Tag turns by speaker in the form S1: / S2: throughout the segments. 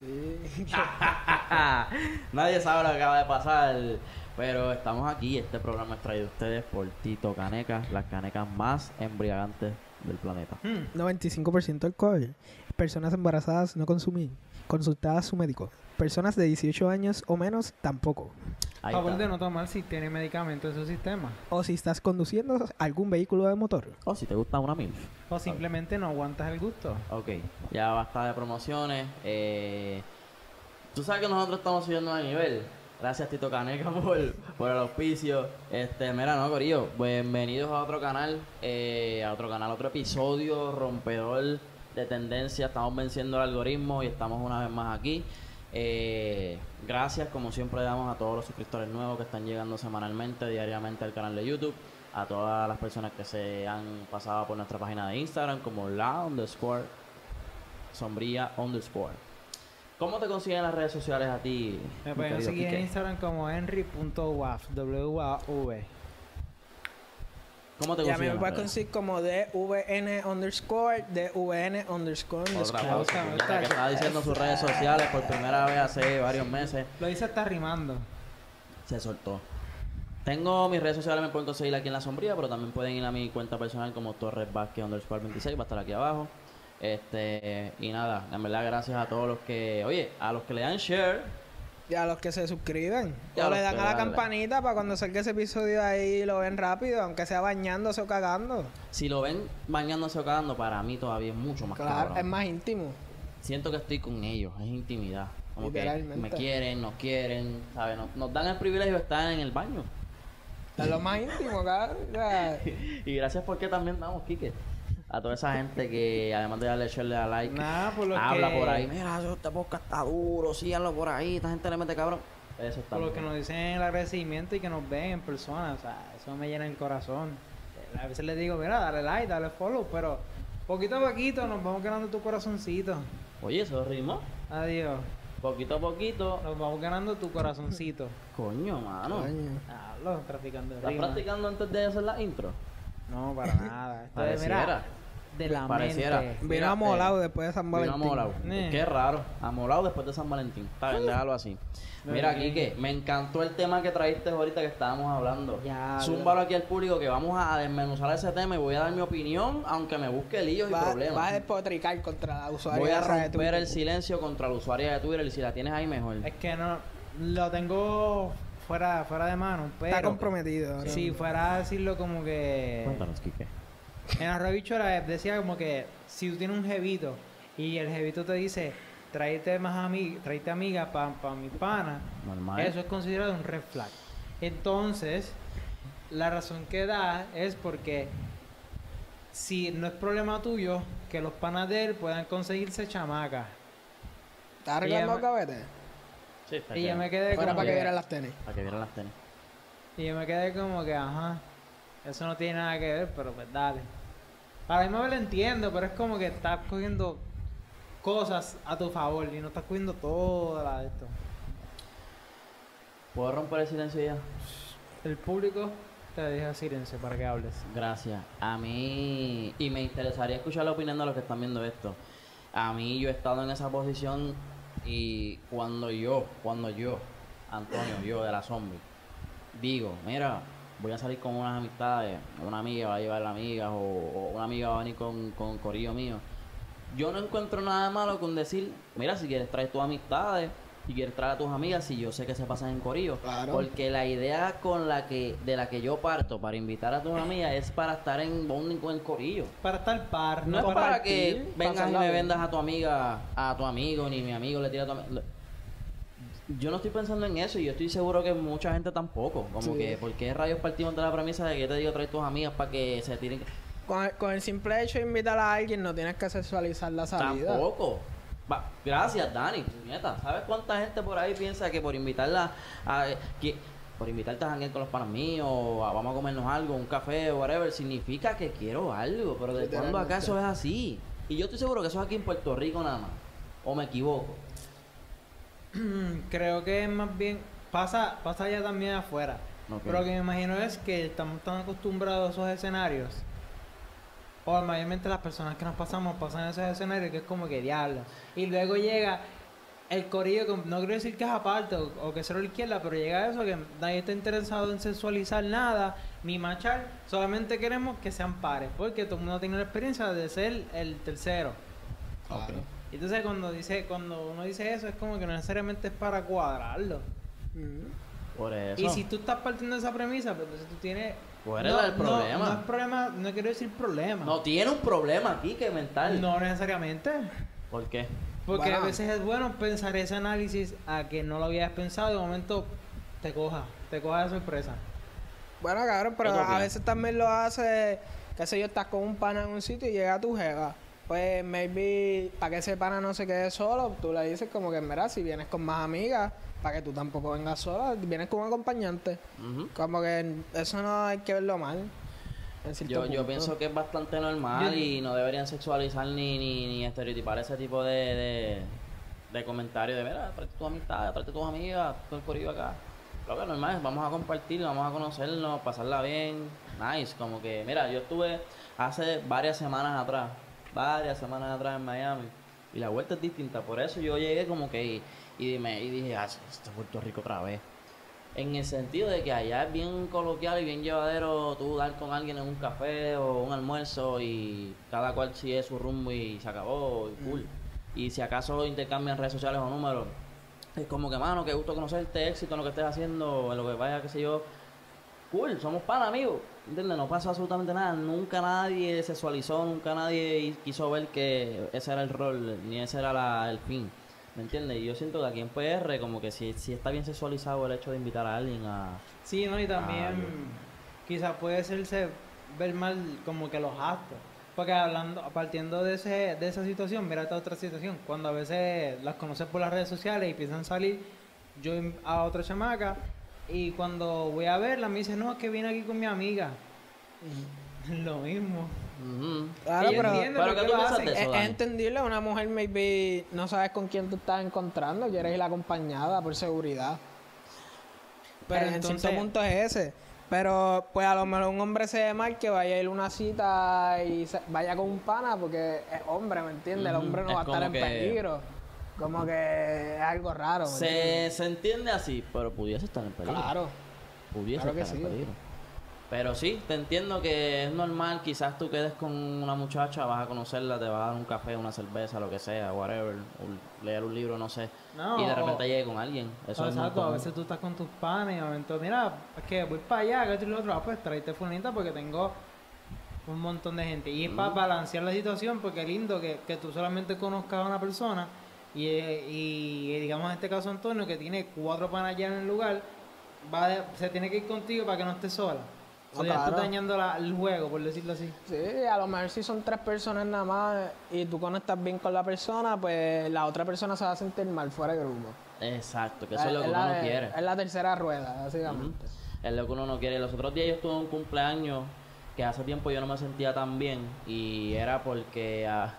S1: Nadie sabe lo que acaba de pasar. Pero estamos aquí. Este programa es traído a ustedes por Tito Canecas, las canecas más embriagantes del planeta.
S2: 95% alcohol. Personas embarazadas no consumir. Consultada a su médico. Personas de 18 años o menos tampoco.
S1: Ahí
S3: favor
S1: está.
S3: de Ah, no tomar si tiene medicamento en su sistema.
S2: O si estás conduciendo algún vehículo de motor.
S1: O Oh, si te gusta una mil.
S3: O simplemente no aguantas el gusto.
S1: Ok, ya basta de promociones. Eh, Tú sabes que nosotros estamos subiendo de nivel. Gracias Tito Caneca por, por el auspicio. Este, mira, no, Corillo. Bienvenidos a otro canal, eh, a otro canal, otro episodio rompedor de tendencia. Estamos venciendo el algoritmo y estamos una vez más aquí. Eh, gracias, como siempre, le damos a todos los suscriptores nuevos que están llegando semanalmente, diariamente al canal de YouTube, a todas las personas que se han pasado por nuestra página de Instagram, como la underscore sombría underscore. ¿Cómo te consiguen las redes sociales a ti?
S3: Me
S1: mi
S3: pueden
S1: querido
S3: seguir en
S1: Quique?
S3: Instagram como henry.waf. W-A-V.
S1: ¿Cómo te
S2: Ya
S1: consiguen?
S2: me
S1: las
S2: voy a
S1: redes?
S2: conseguir como DVN underscore, DVN underscore
S1: Otra
S2: underscore.
S1: pausa,
S3: Otra,
S1: ya
S3: otra.
S1: que estaba diciendo sus redes sociales por primera vez hace varios meses,
S3: Lo hice hasta rimando.
S1: se soltó. Tengo mis redes sociales, me pueden conseguir aquí en La Sombría, pero también pueden ir a mi cuenta personal como Torres Vázquez underscore 26, va a estar aquí abajo. Este, y nada, en verdad, gracias a todos los que, oye, a los que le dan share,
S2: Y a los que se suscriben.
S1: Y a
S2: o
S1: los
S2: le dan
S1: que
S2: a la
S1: le dan like.
S2: campanita para cuando salga ese episodio ahí lo ven rápido, aunque sea bañándose o cagando.
S1: si lo ven bañándose o cagando, para mí todavía es mucho más
S2: Claro,
S1: cabrón.
S2: es más íntimo.
S1: siento que estoy con ellos, es intimidad. Como que
S2: Literalmente.
S1: me quieren, nos quieren, ¿sabes? Nos, nos dan el privilegio de estar en el baño.
S2: Es lo más íntimo, cabrón. O sea,
S1: Y gracias porque también damos Quique. A toda esa gente que además de darle share, le da like,
S3: Nada, por lo
S1: habla
S3: que-
S1: por ahí. Mira, yo- este podcast está duro, síganlo por ahí, esta gente le mete cabrón. Eso está.
S3: Por lo
S1: bien.
S3: que nos dicen el agradecimiento y que nos ven en persona. O sea, eso me llena el corazón. A veces les digo, mira, dale like, dale follow, pero poquito a poquito nos vamos ganando tu corazoncito.
S1: Oye, eso ritmo.
S3: Adiós.
S1: Poquito a poquito.
S3: Nos vamos ganando tu corazoncito. Ah,
S1: Coño, mano.
S2: coño.
S3: Hablo, practicando
S1: ¿Estás
S3: rima.
S1: practicando antes de hacer la intro?
S3: No, para nada. Esto es,
S1: Pareciera.
S3: mira, de la
S1: Pareciera.
S3: mente.
S2: Vino
S1: Mira,
S2: amolado
S1: eh,
S2: después de San
S1: Vino
S2: Valentín.
S1: amolado.
S3: Eh.
S1: Qué raro. Amolado después de San Valentín. Está bien, déjalo así. Mira,
S3: Muy bien.
S1: Quique, me encantó el tema que trajiste ahorita que estábamos hablando.
S3: Ya,
S1: Zúmbalo aquí al público que vamos a desmenuzar ese tema y voy a dar mi opinión, aunque me busque líos y
S2: Va,
S1: problemas.
S2: va a despotricar contra la usuaria.
S1: voy a
S2: esa de
S1: romper
S2: Twitter.
S1: el silencio contra la usuaria de Twitter y si la tienes ahí mejor.
S3: Es que no, lo tengo fuera, fuera de mano, pero...
S2: Está comprometido. ahora
S3: Si
S2: mismo.
S3: fuera a decirlo como que...
S1: Quique.
S3: En Arroyo Bichuela decía como que si tú tienes un jevito y el jevito te dice, tráete más amigas, tráete amigas para pa mi pana,
S1: Normal.
S3: eso es considerado un red flag. Entonces, la razón que da es porque si no es problema tuyo que los panas de él puedan conseguirse chamacas.
S2: ¿Estás arreglando
S3: Ella-
S2: cabete?
S1: Sí, está
S3: Y yo
S1: bien.
S3: me quedé
S2: Fuera
S3: como
S2: para que
S3: que-
S2: vieran las tenis.
S1: Para que vieran las tenis.
S3: Y yo me quedé como que, ajá, eso no tiene nada que ver, pero pues dale. Para mí me lo entiendo, pero es como que estás cogiendo cosas a tu favor y no estás cogiendo toda la de esto.
S1: ¿Puedo romper el silencio ya?
S3: El público te deja silencio para que hables.
S1: Gracias. A mí, y me interesaría escuchar la opinión de los que están viendo esto. A mí yo he estado en esa posición y cuando yo, cuando yo, Antonio, yo de la zombie, digo, mira, voy a salir con unas amistades, una amiga va a llevar amigas o, o una amiga va a venir con, con corillo mío. Yo no encuentro nada malo con decir, mira, si quieres traer tus amistades, si quieres traer a tus amigas, si yo sé que se pasan en corillo.
S2: Claro.
S1: Porque la idea con la que, de la que yo parto para invitar a tus amigas es para estar en bonding con el corillo.
S3: Para estar par,
S1: No es para, que
S3: partir,
S1: vengas y
S3: pasarla
S1: me
S3: bien.
S1: vendas a tu amiga, a tu amigo, ni mi amigo le tira a tu amigo. Yo no estoy pensando en eso y yo estoy seguro que mucha gente tampoco. Como
S2: Sí.
S1: que, ¿por qué rayos partimos de la premisa de que yo te digo trae tus amigas para que se tiren?
S2: Con el, con el simple hecho de invitar a alguien no tienes que sexualizar la salida.
S1: Tampoco. Va- gracias, Dani, puñeta. ¿Sabes cuánta gente por ahí piensa que por invitarla a. que- por invitarte a janguear con los panas míos, o a- vamos a comernos algo, un café, whatever, significa que quiero algo. Pero ¿de cuándo acá eso es así? Y yo estoy seguro que eso es aquí en Puerto Rico nada más. ¿O me equivoco?
S3: Creo que es más bien pasa pasa ya también afuera.
S1: Ok.
S3: Pero lo que me imagino es que estamos tan acostumbrados a esos escenarios. O mayormente las personas que nos pasamos pasan esos escenarios que es como que diablo. Y luego llega el corillo, que no quiero decir que es aparte o, o que es solo izquierda, pero llega a eso que nadie está interesado en sensualizar nada, ni machar, solamente queremos que sean pares, porque todo el mundo tiene la experiencia de ser el tercero.
S4: Claro.
S3: Y Entonces cuando dice, cuando uno dice eso es como que no necesariamente es para cuadrarlo.
S4: Mm.
S1: Por eso.
S3: Y si tú estás partiendo de esa premisa, pues entonces tú tienes...
S1: Pues eres el problema.
S3: No, es problema, no quiero decir problema.
S1: No, tiene un problema aquí que mental.
S3: no necesariamente.
S1: ¿Por qué?
S3: Porque
S4: Bueno.
S3: a veces es bueno pensar ese análisis a que no lo habías pensado y de momento te coja, te coja de sorpresa.
S4: Bueno, cabrón, pero
S1: Yo
S4: a
S1: también.
S4: veces también lo hace, qué sé yo, estás con un pana en un sitio y llega tu jeva. Pues maybe para que ese pana no se quede solo, tú le dices como que, mira, si vienes con más amigas, para que tú tampoco vengas sola, vienes con un acompañante.
S1: Ujú.
S4: Como que eso no hay que verlo mal. en cierto
S1: Yo, yo
S4: punto.
S1: pienso que es bastante normal
S3: Yo-
S1: y no deberían sexualizar ni, ni, ni estereotipar ese tipo de, de, de comentarios de, mira, trate tus amistades, trate tus amigas, todo el corillo acá. Lo que es normal es, vamos a compartir, vamos a conocernos, pasarla bien, nice, como que, mira, yo estuve hace varias semanas atrás, varias semanas atrás en Miami y la vuelta es distinta, por eso yo llegué como que y, y, me, y dije, ah, esto es Puerto Rico otra vez. En el sentido de que allá es bien coloquial y bien llevadero tú dar con alguien en un café o un almuerzo y cada cual sigue su rumbo y se acabó y cool. Y si acaso intercambian redes sociales o números, es como que, mano, qué gusto conocerte, éxito en lo que estés haciendo, en lo que vaya, qué sé yo. Cool, somos pan, amigos. ¿Entiendes? No pasa absolutamente nada. Nunca nadie sexualizó, nunca nadie hi- quiso ver que ese era el rol, ni ese era la- el fin. ¿Me entiendes? Y yo siento que aquí en PR, como que si, si está bien sexualizado el hecho de invitar a alguien a.
S3: Sí, ¿no? Y
S1: Ah,
S3: también
S1: yo-
S3: quizás puede hacerse ver mal como que los actos. Porque hablando, partiendo de, ese, de esa situación, mira esta otra situación. Cuando a veces las conoces por las redes sociales y piensan salir, yo in- a otra chamaca y cuando voy a verla me dice, no, es que viene aquí con mi amiga. Lo mismo.
S1: Ujú.
S4: Claro,
S3: Y yo
S4: pero
S3: entiendo
S1: Pero
S3: por
S1: ¿qué
S3: qué
S1: tú
S3: lo
S1: piensas
S3: hacen.
S1: de
S4: es,
S1: eso,
S4: es
S1: Dani.
S4: entendible, una mujer maybe no sabes con quién te estás encontrando, quieres ir acompañada por seguridad. Pero
S3: Pero
S4: en
S3: entonces-
S4: cierto punto es ese. Pero pues a lo mejor un hombre se ve mal que vaya a ir a una cita y se- vaya con un pana porque es hombre, ¿me entiendes? El
S1: Ujú,
S4: hombre no
S1: es
S4: va a estar
S1: como
S4: en
S1: que-
S4: peligro. Como que es algo raro. ¿me entiendes?
S1: Se, se entiende así, pero pudiese estar en peligro.
S4: Claro.
S1: pudiese
S4: Claro que
S1: estar en
S4: sí.
S1: peligro. Pero sí, te entiendo que es normal, quizás tú quedes con una muchacha, vas a conocerla, te vas a dar un café, una cerveza, lo que sea, whatever, o leer un libro, no sé,
S3: No,
S1: y de
S3: o-
S1: repente llegue con alguien. Eso es muy
S3: Exacto, a
S1: común.
S3: veces tú estás con tus panes y de momento, mira, es que voy para allá, que tú lo otro, ah, pues tráete fulanita porque tengo un montón de gente. Y es para balancear la situación porque es lindo que, que tú solamente conozcas a una persona y, eh, y, eh, digamos en este caso Antonio que tiene cuatro panas allá en el lugar, va de- se tiene que ir contigo para que no estés sola. O sea,
S4: Ah,
S3: ya estás
S4: claro.
S3: dañando la- el juego, por decirlo así.
S4: Sí, a lo mejor si son tres personas nada más y tú conectas bien con la persona, pues la otra persona se va a sentir mal fuera del grupo.
S1: Exacto, que eso es lo que
S4: la,
S1: uno quiere.
S4: Es la tercera rueda, básicamente.
S1: Es lo que uno no quiere. Los otros días yo estuve en un cumpleaños que hace tiempo yo no me sentía tan bien y era porque... ah,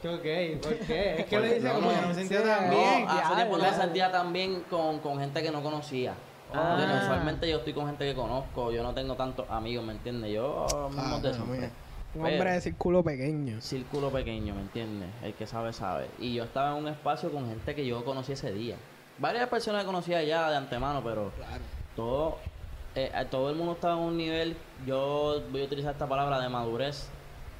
S3: Que ok, ¿por qué? Es que
S1: Porque-
S3: le dice
S1: Pues, no,
S3: como que
S1: no.
S3: no me sentía
S4: Sí,
S3: tan
S4: no,
S3: bien.
S1: No, Ah. hace
S4: ya,
S1: tiempo no me
S4: ya.
S1: sentía tan bien con, con gente que no conocía.
S3: Ah.
S1: Porque usualmente yo estoy con gente que conozco, yo no tengo tantos amigos, ¿me entiendes? Yo mismo de siempre.
S4: Ah, Un
S1: Pero-
S4: hombre de círculo pequeño.
S1: círculo pequeño, ¿me entiendes? El que sabe, sabe. Y yo estaba en un espacio con gente que yo conocí ese día. Varias personas que conocía ya de antemano, pero todo, eh, eh, todo el mundo estaba en un nivel, yo voy a utilizar esta palabra de madurez,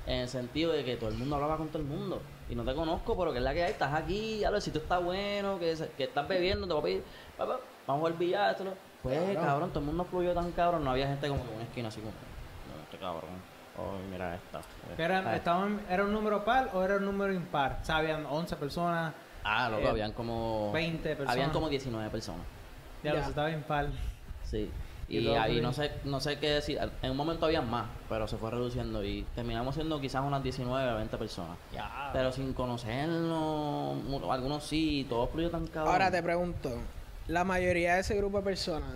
S1: en el sentido de que todo el mundo hablaba con todo el mundo. Y no te conozco, pero que es la que hay, estás aquí, ya lo, si tú estás bueno, que, se- que estás bebiendo, te voy a pedir, papá, vamos a jugar billar, esto, lo- Pues, cabrón, todo el mundo fluyó tan cabrón, no había gente como que en una esquina así como, no, este cabrón, ay, mira esta.
S3: Era,
S1: Ah,
S3: estaban, ¿Era un número par o era un número impar? O sea, habían 11 personas,
S1: Ah, loco,
S3: Eh,
S1: habían como.
S3: 20 personas.
S1: Habían como 19 personas.
S3: ya
S4: Ya.
S3: los estaba impar.
S1: Sí.
S3: Y
S1: Y
S3: luego
S1: ahí
S3: fue-
S1: no sé, no sé qué decir. En un momento habían más, pero se fue reduciendo. Y terminamos siendo quizás unas 19 o 20 personas. Pero sin conocernos, mu- algunos sí, todos fluyó tan cabrón.
S4: Ahora te pregunto, la mayoría de ese grupo de personas,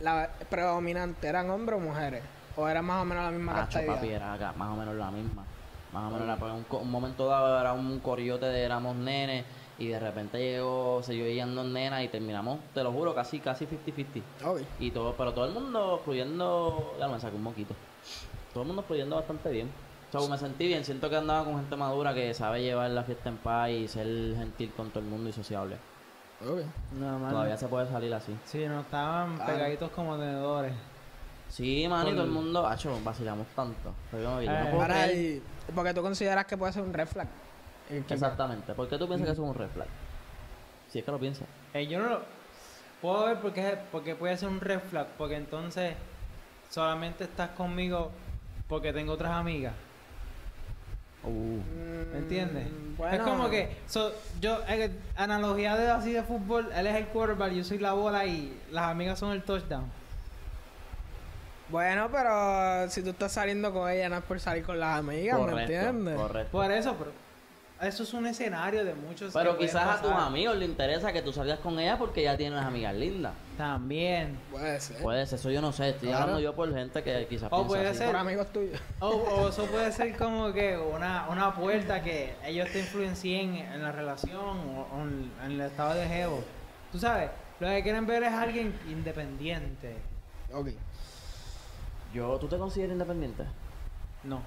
S4: la predominante, ¿eran hombres o mujeres? ¿O eran más o menos la misma
S1: Macho,
S4: cantidad?
S1: papi, eh. era acá, más o menos la misma. Más o menos era, porque un, co- un momento dado era un coriote de éramos nenes y de repente llegó, se yo yendo nenas y terminamos, te lo juro, casi, casi 50-50.
S4: Ok.
S1: Y todo, pero todo el mundo fluyendo, ya me saqué un moquito. Todo el mundo fluyendo bastante bien. So, me sentí bien, siento que andaba con gente madura que sabe llevar la fiesta en paz y ser gentil con todo el mundo y sociable.
S4: Ok.
S3: No, mano.
S1: Todavía se puede salir así.
S3: Sí, no estaban
S4: Ah.
S3: pegaditos como tenedores.
S1: Sí, man, y
S3: Con-
S1: todo el mundo, acho, vacilamos tanto. Pero yo no- yo no
S3: Eh,
S1: puedo
S4: Para
S1: creer-
S4: ahí, porque tú consideras que puede ser un red flag. El que-
S1: Exactamente. ¿Por qué tú piensas que eso es un red flag? Si es que lo piensas.
S3: Eh, yo no lo puedo ver porque, porque puede ser un red flag, porque entonces solamente estás conmigo porque tengo otras amigas.
S4: Mm,
S3: Uh. ¿Me entiendes?
S4: bueno.
S3: es como que, so, yo, eh, analogía de así de fútbol, él es el quarterback, yo soy la bola y las amigas son el touchdown.
S4: Bueno, pero si tú estás saliendo con ella, no es por salir con las amigas, ¿me entiendes?
S1: correcto.
S3: Por eso, pero eso es un escenario de muchos.
S1: Pero
S3: que pueden
S1: quizás a tus
S3: pasar.
S1: amigos les interesa que tú salgas con ella porque ya tienes amigas lindas.
S3: También.
S4: Puede ser.
S1: Puede ser, eso yo no sé. Estoy
S4: Claro.
S1: hablando yo por gente que quizás
S3: Eh. O
S1: piensa
S3: puede
S1: así.
S3: ser-
S4: Por amigos tuyos.
S3: O, o eso puede ser como que una, una puerta que ellos te influencien en la relación o, o en, en el estado de jevo. Tú sabes, lo que quieren ver es alguien independiente.
S4: Ok.
S1: Yo, ¿tú te consideras independiente?
S3: No.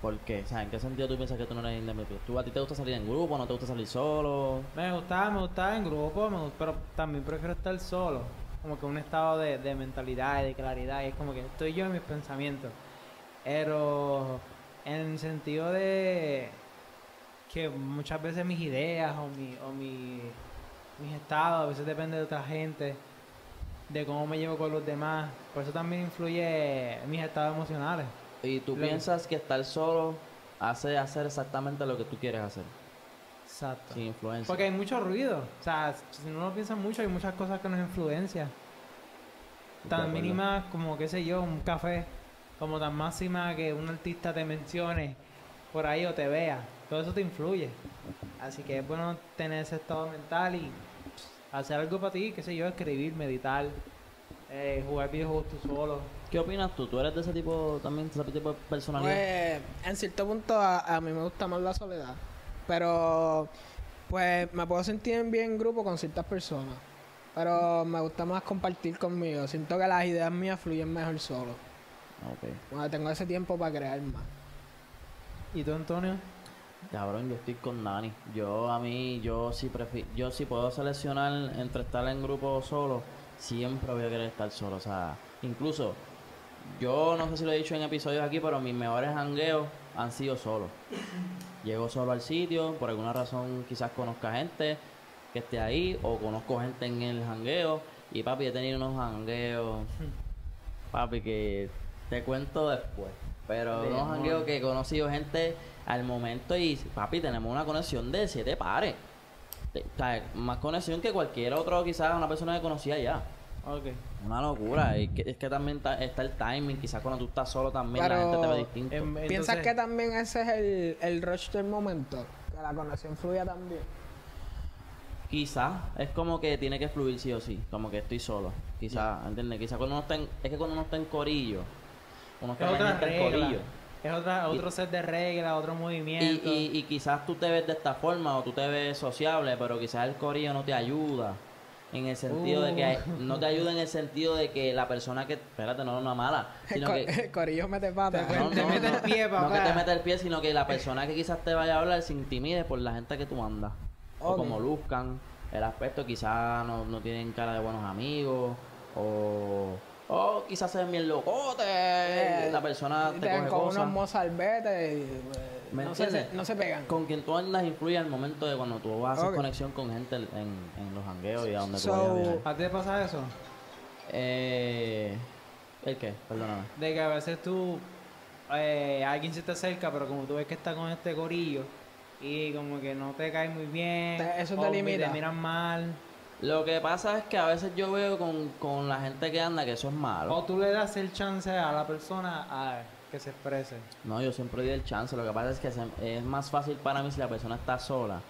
S1: ¿Por qué? O sea, ¿en qué sentido tú piensas que tú no eres independiente? ¿Tú, ¿A ti te gusta salir en grupo? ¿No te gusta salir solo?
S3: Me gustaba, me gustaba en grupo, me gust- pero también prefiero estar solo. Como que un estado de, de mentalidad y de claridad. Y es como que estoy yo en mis pensamientos. Pero en el sentido de que muchas veces mis ideas o, mi, o mi- mis estados, a veces depende de otra gente, de cómo me llevo con los demás. Por eso también influye mis estados emocionales.
S1: ¿Y tú
S3: Lo-
S1: piensas que estar solo hace hacer exactamente lo que tú quieres hacer?
S3: Exacto.
S1: Sin influencia.
S3: Porque hay mucho ruido. O sea, si uno lo piensa mucho, hay muchas cosas que nos influencian.
S1: De
S3: Tan
S1: acuerdo.
S3: mínimas como, qué sé yo, un café. Como tan máxima que un artista te mencione por ahí o te vea. Todo eso te influye. Así que es bueno tener ese estado mental y hacer algo para ti, qué sé yo, escribir, meditar, eh, jugar videojuegos tú solo.
S1: ¿Qué opinas tú? ¿Tú eres de ese tipo también, de ese tipo de personalidad?
S4: Pues, en cierto punto a, a mí me gusta más la soledad. Pero, pues, me puedo sentir bien en grupo con ciertas personas. Pero me gusta más compartir conmigo. Siento que las ideas mías fluyen mejor solo.
S1: Ah, Ok.
S4: Cuando tengo ese tiempo para crear más.
S3: ¿Y tú, Antonio?
S1: Cabrón, yo estoy con Dani. Yo a mí, yo sí prefiero, yo sí puedo seleccionar entre estar en grupo o solo, siempre voy a querer estar solo. O sea, incluso, yo no sé si lo he dicho en episodios aquí, pero mis mejores hangueos han sido solos. Llego solo al sitio, por alguna razón quizás conozca gente que esté ahí, o conozco gente en el hangueo. Y papi, he tenido unos hangueos, papi, que te cuento después. Pero
S3: De
S1: unos
S3: amor.
S1: hangueos que he conocido gente al momento y, papi, tenemos una conexión de siete pares. Te- o sea, más conexión que cualquier otro, quizás una persona que conocía ya.
S3: Ok.
S1: Una locura. Es que, es que también ta- está el timing. Quizás cuando tú estás solo también la
S4: Pero,
S1: gente te ve distinto.
S3: Em,
S4: ¿Piensas
S3: entonces-
S4: que también ese es el, el rush del momento? Que la conexión fluya también.
S1: Quizás es como que tiene que fluir sí o sí, como que estoy solo. Quizás, ¿entiendes? Quizás cuando uno está en, es que cuando uno está en corillo, uno
S3: Es
S1: está en
S3: otra
S1: gente en
S3: regla.
S1: corillo.
S3: Es otra, otro set de reglas, otro
S1: Y,
S3: movimiento.
S1: y- y quizás tú te ves de esta forma o tú te ves sociable, pero quizás el corillo no te ayuda. En el sentido de que
S3: Uh.
S1: hay- no te ayuda en el sentido de que la persona que, espérate, no es una mala,
S4: El,
S1: sino
S4: cor-
S1: que
S4: el corillo mete pata.
S3: Te- te mete el pie,
S1: No que
S3: papá.
S1: te mete el pie, sino que la persona que quizás te vaya a hablar se intimide por la gente que tú andas. O
S4: Ok.
S1: como luzcan, el aspecto quizás no, no tienen cara de buenos amigos, o, o quizás se ven bien locotes,
S4: Eh,
S1: la persona
S4: Y
S1: Ah, te
S4: te dan
S1: coge
S4: con unos
S1: cosas.
S4: mozalbetes y pues,
S1: ¿Me
S4: no, se,
S1: entiendes?
S4: se- no se pegan.
S1: Con quien tú andas influye al momento de cuando tú vas a hacer
S4: Ok.
S1: conexión con gente en, en los jangueos y a donde tú
S4: So-
S1: vayas a viajar.
S3: ¿A ti te pasa eso?
S1: Eh, ¿El qué? Perdóname.
S3: De que a veces tú, eh, alguien se te acerca, pero como tú ves que está con este gorillo y como que no te cae muy bien,
S4: Te- eso te
S3: o que
S4: limita.
S3: te miran mal,
S1: Lo que pasa es que a veces yo veo con, con la gente que anda que eso es malo.
S3: o tú le das el chance a la persona a que se exprese.
S1: No, yo siempre doy el chance. Lo que pasa es que se- es más fácil para mí si la persona está sola.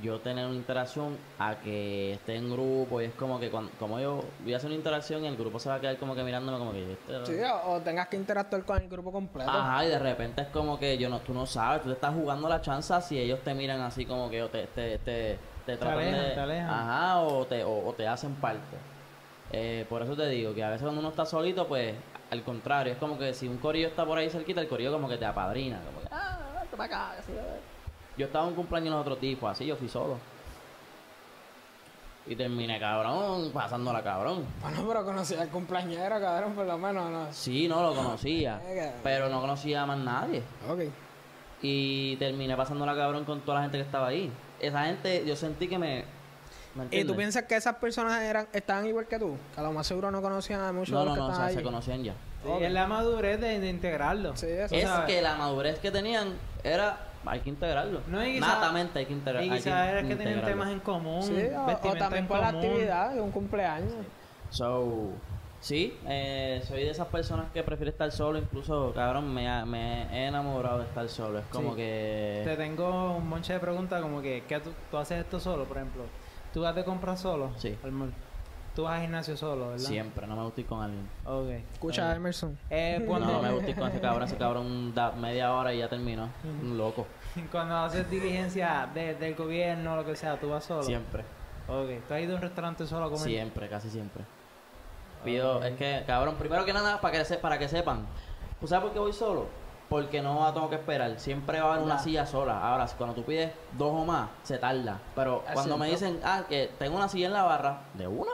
S1: Yo tener una interacción a que esté en grupo y es como que cuando, como yo voy a hacer una interacción y el grupo se va a quedar como que mirándome como que este-
S4: Sí, o, o tengas que interactuar con el grupo completo.
S1: Ajá, y de repente es como que yo no, tú no sabes, tú te estás jugando la chanza si ellos te miran así como que o te, te, te, te tratan
S3: alejan,
S1: de-
S3: te alejan.
S1: Ajá, o te, o, o te hacen parte. Eh, por eso te digo que a veces cuando uno está solito, pues al contrario, es como que si un corillo está por ahí cerquita, el corillo como que te apadrina. Como que, ah, vente pa' acá, que sí, eh. Yo estaba en un cumpleaños de otro tipo, así, yo fui solo. Y terminé cabrón, pasándola cabrón.
S4: Bueno, pero conocí al cumpleañero, cabrón, por lo menos, ¿no?
S1: Sí, no lo conocía, pero no conocía a más nadie.
S4: Ok.
S1: Y terminé pasándola cabrón con toda la gente que estaba ahí. Esa gente, yo sentí que me. ¿me
S3: Eh,
S4: ¿Y tú
S1: entiendes?
S4: piensas que esas personas eran, estaban igual que tú? Que a lo más seguro no conocían a muchos
S1: No,
S4: de
S1: no,
S4: los
S1: no, o
S4: que
S1: sea,
S4: estaban
S1: se
S4: allí.
S1: conocían ya.
S3: Sí, es la madurez de, de integrarlo.
S4: Sí, eso.
S1: Es
S3: sabes.
S1: que la madurez que tenían era. Hay que integrarlo.
S3: No, y quizá-
S1: Natamente hay que integrarlo.
S3: Y quizás era que tenían temas en común.
S4: Sí, o- o,
S3: vestimenta
S4: también
S3: en
S4: por la
S3: común.
S4: actividad de un cumpleaños.
S1: So, sí, eh, soy de esas personas que prefiere estar solo. Incluso, cabrón, me, ha- me he enamorado de estar solo. Es como
S3: Sí. Te
S1: que.
S3: tengo un monche de preguntas como que, ¿qué tú, tú haces esto solo, por ejemplo? ¿Tú vas de compras solo?
S1: Sí.
S3: al mall? ¿Tú vas al gimnasio solo, verdad?
S1: Siempre, no me gusta ir con alguien.
S3: Ok.
S4: Escucha a Emerson.
S3: Eh, cuando,
S1: No, me gusta ir con ese cabrón. Ese cabrón da media hora y ya terminó. Un loco.
S3: cuando haces diligencia de- del gobierno, lo que sea, ¿tú vas solo?
S1: Siempre.
S3: Ok. ¿Tú has ido a un restaurante solo a comer?
S1: Siempre, casi siempre. Pido, es que, cabrón, primero que nada, para que, se- para que sepan, ¿tú sabes por qué voy solo? Porque no tengo que esperar. Siempre va a haber una silla sola. Ahora, si cuando tú pides dos o más, se tarda. Pero cuando me dicen, ah, que tengo una silla en la barra, ¿de una?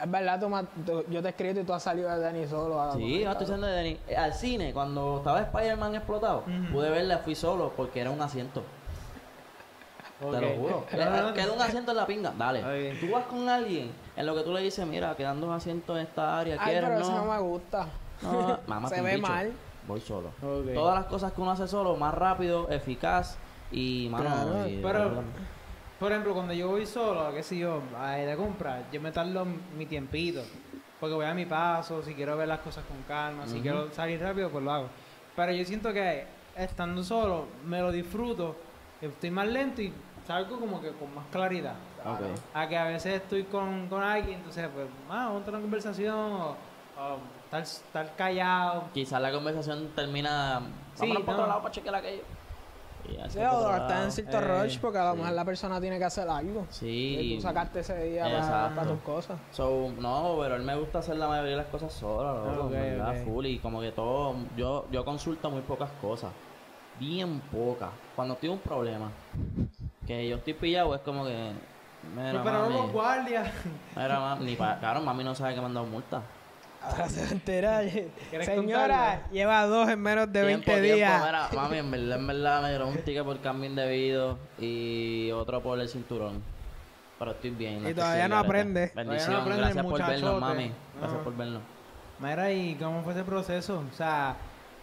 S4: Es verdad, tú, ma- tú- yo te he escrito y tú has salido de Dani solo. a
S1: Sí,
S4: comer,
S1: no estoy
S4: cabrón.
S1: diciendo de Denis. Eh, Al cine, cuando estaba Spider-Man explotado, pude verla, fui solo porque era un asiento.
S3: Ok.
S1: Te lo juro.
S3: No, no, no.
S1: Le- Queda un asiento en la pinga. Dale.
S3: Ay.
S1: Tú vas con alguien en lo que tú le dices, mira, quedan dos asientos en esta área.
S4: Ay,
S1: ¿quieres?
S4: pero eso
S1: ah, no.
S4: no me gusta.
S1: No, mamá,
S4: Se
S1: tú un
S4: ve
S1: bicho.
S4: mal.
S1: Voy solo.
S3: Ok.
S1: Todas las cosas que uno hace solo, más rápido, eficaz y mano.
S4: Claro,
S1: y-
S3: Pero, por ejemplo, cuando yo voy solo, qué sé yo, a ir a comprar, yo me tardo mi tiempito. Porque voy a mi paso, si quiero ver las cosas con calma, si quiero salir rápido, pues lo hago. Pero yo siento que estando solo, me lo disfruto, estoy más lento y salgo como que con más claridad.
S1: Ok.
S3: A que a veces estoy con, con alguien, entonces, pues, ah, vamos a tener una conversación, o, o estar, estar callado.
S1: Quizás la conversación termina.
S3: Sí,
S1: Vámonos para otro
S3: no.
S1: lado para chequear aquello. Y así
S4: Sí,
S1: para otro
S4: o estás
S1: lado.
S4: en cierto
S3: Eh,
S4: rush porque a lo
S1: sí.
S4: mejor la persona tiene que hacer algo.
S1: Sí.
S4: Y Eh, tú sacaste ese día para- para,
S1: Exacto.
S4: tus cosas.
S1: So, no, pero él me gusta hacer la mayoría de las cosas sola, loco,
S3: Ah, ok,
S1: en verdad,
S3: ok.
S1: full. Y como que todo, yo, yo consulto muy pocas cosas. Bien pocas. Cuando tengo un problema, que yo estoy pillado, es como que. Mira,
S3: Pero, pero no
S1: mami,
S3: los guardias.
S1: mira, mami, ni para, claro, mami no sabe que me han dado multa.
S4: Ahora se va a enterar.
S3: ¿Quieres
S4: Señora,
S3: contarlo?
S4: lleva dos en menos de 20
S1: Tiempo, tiempo,
S2: días.
S1: mira, mami, en verdad, en verdad, me dieron un ticket por cambio indebido y otro por el cinturón. Pero estoy bien.
S2: Y
S1: estoy
S2: todavía no
S1: garete.
S2: aprende. Todavía
S3: no
S1: Bendición,
S3: aprende el
S1: gracias por vernos,
S3: muchachote.
S1: mami. Gracias
S3: Ah.
S1: por vernos.
S3: Mira, ¿y cómo fue ese proceso? O sea,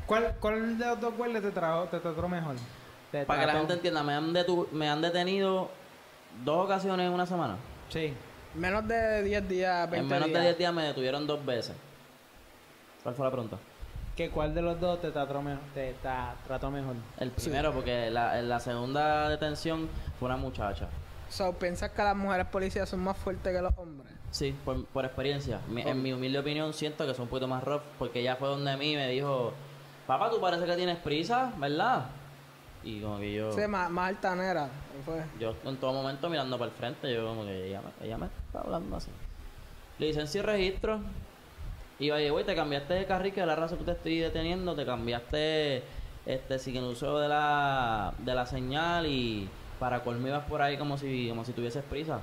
S3: ¿cuál, cuál de los dos cuerdas te, trajo, te trató mejor? Te
S1: Para que la
S3: trató-
S1: gente entienda, me han, detu- me han detenido dos ocasiones en una semana.
S3: Sí.
S4: Menos de 10 días, 20
S1: En menos de
S4: días.
S1: 10 días me detuvieron dos veces. ¿Cuál fue la pregunta?
S3: ¿Que ¿Cuál de los dos te trató, me- te ta- trató mejor?
S1: El primero, porque la, en la segunda detención fue una muchacha.
S4: So, ¿Piensas que las mujeres policías son más fuertes que los hombres?
S1: Sí, por, por experiencia. Mi- En mi humilde opinión, siento que son un poquito más rough, porque ella fue donde a mí y me dijo, papá, tú parece que tienes prisa, ¿verdad? Y como que yo...
S4: Sí, más, más altanera. Fue.
S1: Yo en todo momento mirando para el frente, yo como que ella me, ella me está hablando así. Licencia y registro. Y oye, güey, te cambiaste de carril, que es la razón que te estoy deteniendo, te cambiaste este sin el uso de la, de la señal y para colmo ibas por ahí como si, como si tuvieses prisa.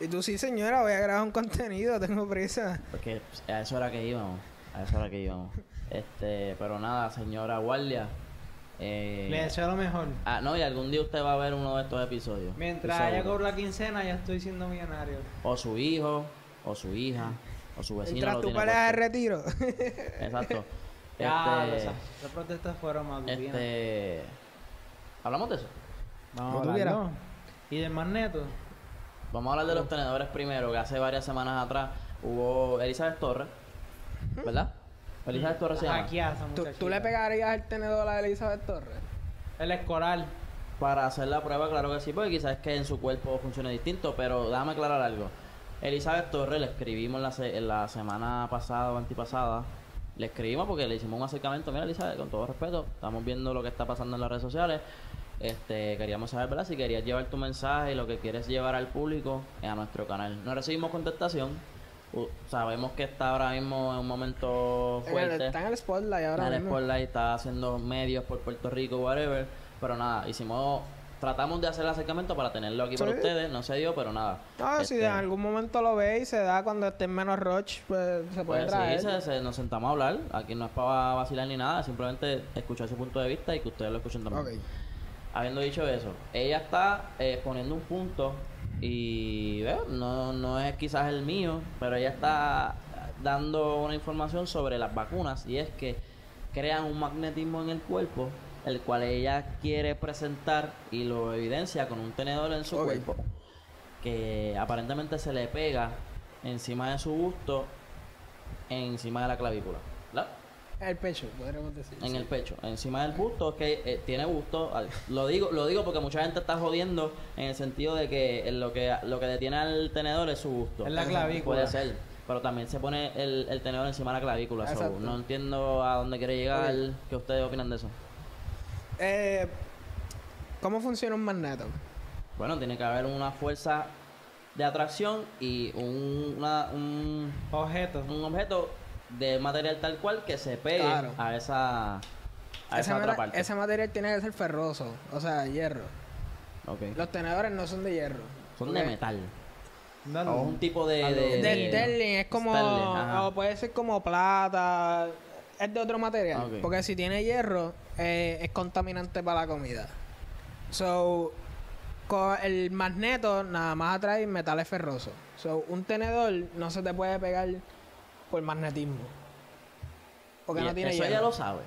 S4: Y tú, sí, señora, voy a grabar un contenido, tengo prisa.
S1: Porque pues, a eso era que íbamos, a eso era que íbamos. Este, pero nada, señora guardia. eh,
S3: Le deseo lo mejor.
S1: ah, no, y algún día usted va a ver uno de estos episodios.
S3: Mientras
S1: Estoy
S3: ella
S1: seguro.
S3: cobra quincena, ya estoy siendo millonario.
S1: o su hijo, o su hija, o su vecino.
S4: Mientras
S1: lo
S4: tú
S1: Pues tiene
S4: peleas el
S1: puesto.
S4: retiro.
S1: Exacto.
S3: Ya,
S1: Este,
S3: esas, esas protestas fueron más duras.
S1: este, hablamos de eso.
S3: Vamos
S4: Como
S3: a
S4: tú
S3: hablarlo. ¿Y del más neto?
S1: Vamos a hablar de los tenedores primero, que hace varias semanas atrás hubo Elizabeth Torres, ¿verdad? Elizabeth Torres se llama.
S3: Aquí a esa
S4: ¿Tú, tú le
S3: muchachita.
S4: pegarías el tenedor a Elizabeth Torres?
S3: El escolar.
S1: Para hacer la prueba, claro que sí, porque quizás es que en su cuerpo funcione distinto, pero déjame aclarar algo. Elizabeth Torres, le escribimos la, se- en la semana pasada o antipasada, le escribimos porque le hicimos un acercamiento, mira Elizabeth, con todo respeto, estamos viendo lo que está pasando en las redes sociales, este, queríamos saber, ¿verdad? Si querías llevar tu mensaje, lo que quieres llevar al público, eh, a nuestro canal. No recibimos contestación, u- sabemos que está ahora mismo en un momento
S4: En el-
S1: fuerte.
S4: está en el spotlight ahora
S1: Dale
S4: mismo.
S1: Spotlight está haciendo medios por Puerto Rico, whatever. Pero nada, hicimos. Tratamos de hacer el acercamiento para tenerlo aquí para
S4: Sí. Ah,
S1: ustedes. No se dio, pero nada.
S4: No, si
S1: Este,
S4: en algún momento lo ve y se da cuando esté en menos rush, pues se puede
S1: pues sí,
S4: traer.
S1: se- se- nos sentamos a hablar. Aquí no es para vacilar ni nada, simplemente escuchar su punto de vista y que ustedes lo escuchen también.
S4: Ok.
S1: Habiendo dicho eso, ella está eh, poniendo un punto y bueno, no, no es quizás el mío, pero ella está dando una información sobre las vacunas y es que crean un magnetismo en el cuerpo, el cual ella quiere presentar y lo evidencia con un tenedor en su
S4: Ok.
S1: cuerpo, que aparentemente se le pega encima de su busto, encima de la clavícula. ¿verdad?
S4: El pecho, podríamos decir.
S1: en
S4: sí.
S1: el pecho, encima del busto, es que eh, tiene busto. al- Lo digo, lo digo porque mucha gente está jodiendo en el sentido de que eh, lo que lo que detiene al tenedor es su busto.
S3: Es la clavícula.
S1: Puede ser, pero también se pone el, el tenedor encima de la clavícula. so,
S4: Exacto.
S1: no entiendo a dónde quiere llegar. ¿Qué ustedes opinan de eso?
S4: Eh, ¿Cómo funciona un magneto?
S1: Bueno, tiene que haber una fuerza de atracción y un, una- un,
S3: Objetos.
S1: un objeto de material tal cual que se pegue
S4: Claro.
S1: a esa a Ah, esa,
S4: Ese
S1: otra
S4: mata-
S1: parte.
S4: ese material tiene que ser ferroso, o sea, hierro.
S1: Ok.
S4: Los tenedores no son de hierro.
S1: Son de
S4: Ok.
S1: metal.
S3: Dale.
S1: O Mm. un tipo de. de,
S4: De
S1: de-
S3: Eh,
S4: sterling, es como. Ah,
S1: sterling, ajá.
S4: o puede ser como plata. Es de otro material.
S1: Ok.
S4: Porque si tiene hierro, eh, es contaminante para la comida. So, co- el magneto nada más atrae metales ferrosos. So, un tenedor no se te puede pegar por magnetismo. Porque
S1: Y
S4: no tiene
S1: Eso
S4: hierro.
S1: ella lo sabe.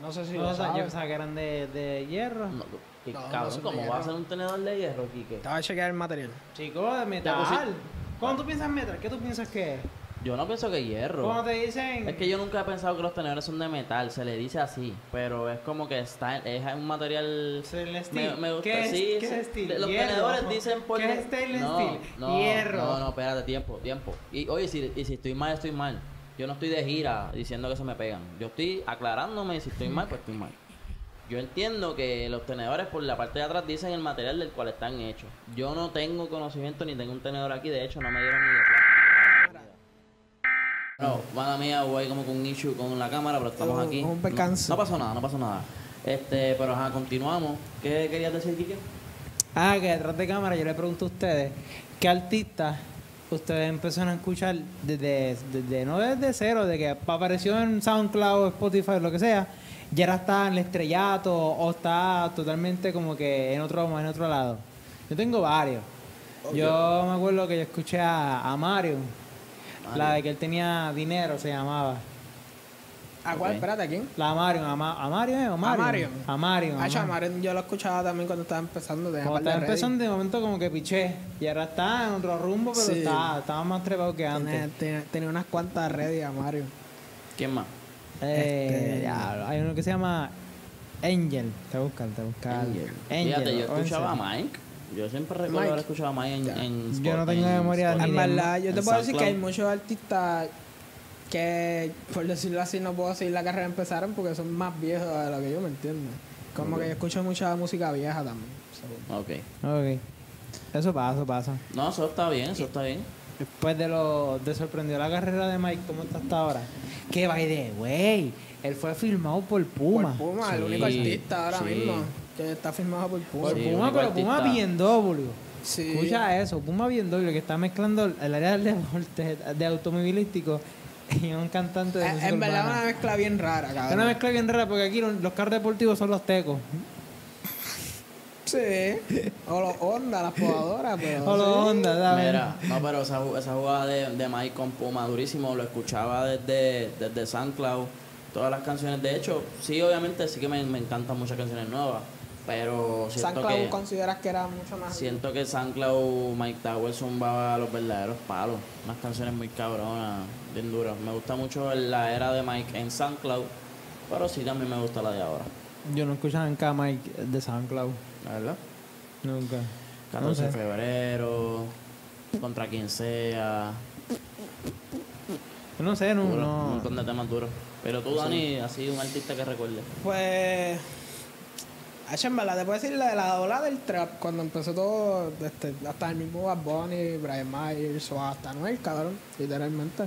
S4: No sé si
S3: No,
S4: lo
S3: o sea,
S4: sabe.
S3: yo pensaba que eran de, de hierro.
S1: No, que
S4: No, no
S1: cabrón,
S4: son de
S1: ¿cómo va
S4: hierro.
S1: a ser un tenedor de hierro, Quique?
S4: Te voy a chequear el material.
S3: Chico, de
S1: Ya, pues, sí.
S3: metal. ¿Cuándo tú piensas en metal? ¿Qué tú piensas que es?
S1: Yo no pienso que hierro.
S3: Cuando te dicen...
S1: Es que yo nunca he pensado que los tenedores son de metal, se le dice así, pero es como que está, es un material...
S3: Stainless
S1: Me,
S3: steel.
S1: me gusta,
S3: ¿Qué es,
S1: sí,
S3: ¿qué
S1: sí.
S3: es steel?
S1: De- Los
S3: Hierro. pues.
S1: tenedores dicen por...
S3: ¿Qué es stainless
S1: no,
S3: steel?
S1: no,
S3: Hierro.
S1: No, no, espérate, tiempo, tiempo. Y oye, si, y si estoy mal, estoy mal. Yo no estoy de gira diciendo que se me pegan. Yo estoy aclarándome y si estoy mal, pues estoy mal. Yo entiendo que los tenedores por la parte de atrás dicen el material del cual están hechos. Yo no tengo conocimiento ni tengo un tenedor aquí, de hecho no me dieron ni de plan. No, mala mía, güey, como con un issue con la cámara, pero estamos
S2: Oh,
S1: aquí.
S2: un
S1: No-
S2: percance.
S1: No, pasó nada, no pasó nada. Este, pero ajá, continuamos. ¿Qué querías decir, Kike?
S3: Ah, que detrás de cámara yo le pregunto a ustedes, ¿qué artistas ustedes empezaron a escuchar desde, desde- no desde cero, de que apareció en SoundCloud, Spotify, lo que sea, ya ahora está en el estrellato o está totalmente como que en otro, en otro lado? Yo tengo varios. Yo me acuerdo que yo escuché a, a Mario, la de que él tenía dinero, se llamaba. Ah,
S4: ¿A cuál?
S1: Ok.
S4: Espérate, ¿a quién?
S3: La Mario, a, Ma- a Mario, ¿eh? ¿O Mario?
S4: Mario.
S3: A Mario.
S4: Ah,
S3: a Mario.
S4: Chamar, yo lo escuchaba también cuando estaba empezando. tenía
S3: Como
S4: par de
S3: estaba
S4: ready.
S3: empezando de momento como que piché. Y ahora está en otro rumbo, pero
S4: Sí.
S3: está, estaba más trepado que
S4: Tenía,
S3: antes.
S4: tenía- tenía unas cuantas redes a Mario.
S1: ¿Quién más?
S3: Eh,
S4: Este-
S3: diablo, hay uno que se llama Angel. Te buscan, te buscan.
S1: Angel.
S3: Angel.
S1: Fíjate, yo
S3: o
S1: escuchaba a
S3: Angel.
S1: Mike. Yo siempre recuerdo
S4: Mike.
S1: haber escuchado a Mike en,
S4: Ya.
S1: en
S3: Yo no
S1: Spot-
S3: tengo
S1: en
S3: memoria
S1: Spot-
S3: ni
S4: En
S3: de-
S4: verdad, yo
S1: en
S4: te puedo decir que hay
S1: SoundCloud.
S4: muchos artistas que, por decirlo así, no puedo seguir la carrera empezaron porque son más viejos de lo que yo me entiendo. Como que yo escucho mucha música vieja también. so.
S1: Ok.
S3: Ok. Eso pasa, eso pasa.
S1: No, eso está bien, eso está bien.
S3: Después de lo de sorprendió la carrera de Mike, ¿cómo está hasta ahora? Que by the way, él fue filmado por Puma.
S4: Por Puma, el
S1: Sí,
S4: único artista ahora
S1: sí.
S4: mismo que está firmado por Puma.
S3: Por
S1: Sí,
S3: Puma,
S1: único
S3: pero Puma
S1: artista.
S3: bien doble.
S4: Sí. Eh,
S3: Escucha eso, Puma bien doble que está mezclando el área del deporte, de automovilístico y un cantante de
S4: Eh,
S3: música
S4: en verdad,
S3: urbana.
S4: una mezcla bien rara,
S3: Es una
S4: cabrón.
S3: mezcla bien rara porque aquí los, los carros deportivos son los tecos.
S4: Sí. O los Honda, las podadoras, pero.
S3: O los
S4: ¿Ah, sí.
S3: Honda, ¿sabes?
S1: Mira, no, pero esa, ju- esa jugada de, de Mike con Puma, durísimo, lo escuchaba desde, desde SoundCloud, todas las canciones. De hecho, sí, obviamente, sí que me, me encantan muchas canciones nuevas, pero siento
S4: SoundCloud
S1: que,
S4: consideras que era mucho más.
S1: siento que SoundCloud, Mike Tower zumbaba los verdaderos palos. Unas canciones muy cabronas, bien duras. Me gusta mucho la era de Mike en SoundCloud, pero sí también me gusta la de ahora.
S3: Yo no escuchaba nunca a Mike de SoundCloud.
S1: La verdad.
S3: Nunca.
S1: 14 de febrero, contra quien sea.
S3: Yo No sé, no,
S1: Duro,
S3: no.
S1: Un montón de temas duros. Pero tú, Dani, así un artista que recuerde.
S4: Pues Hacho, en verdad, te puedo decir la de la ola del trap, cuando empezó todo, este, hasta el mismo Bad Bunny, Brian Myers, o hasta Noel, cabrón, literalmente.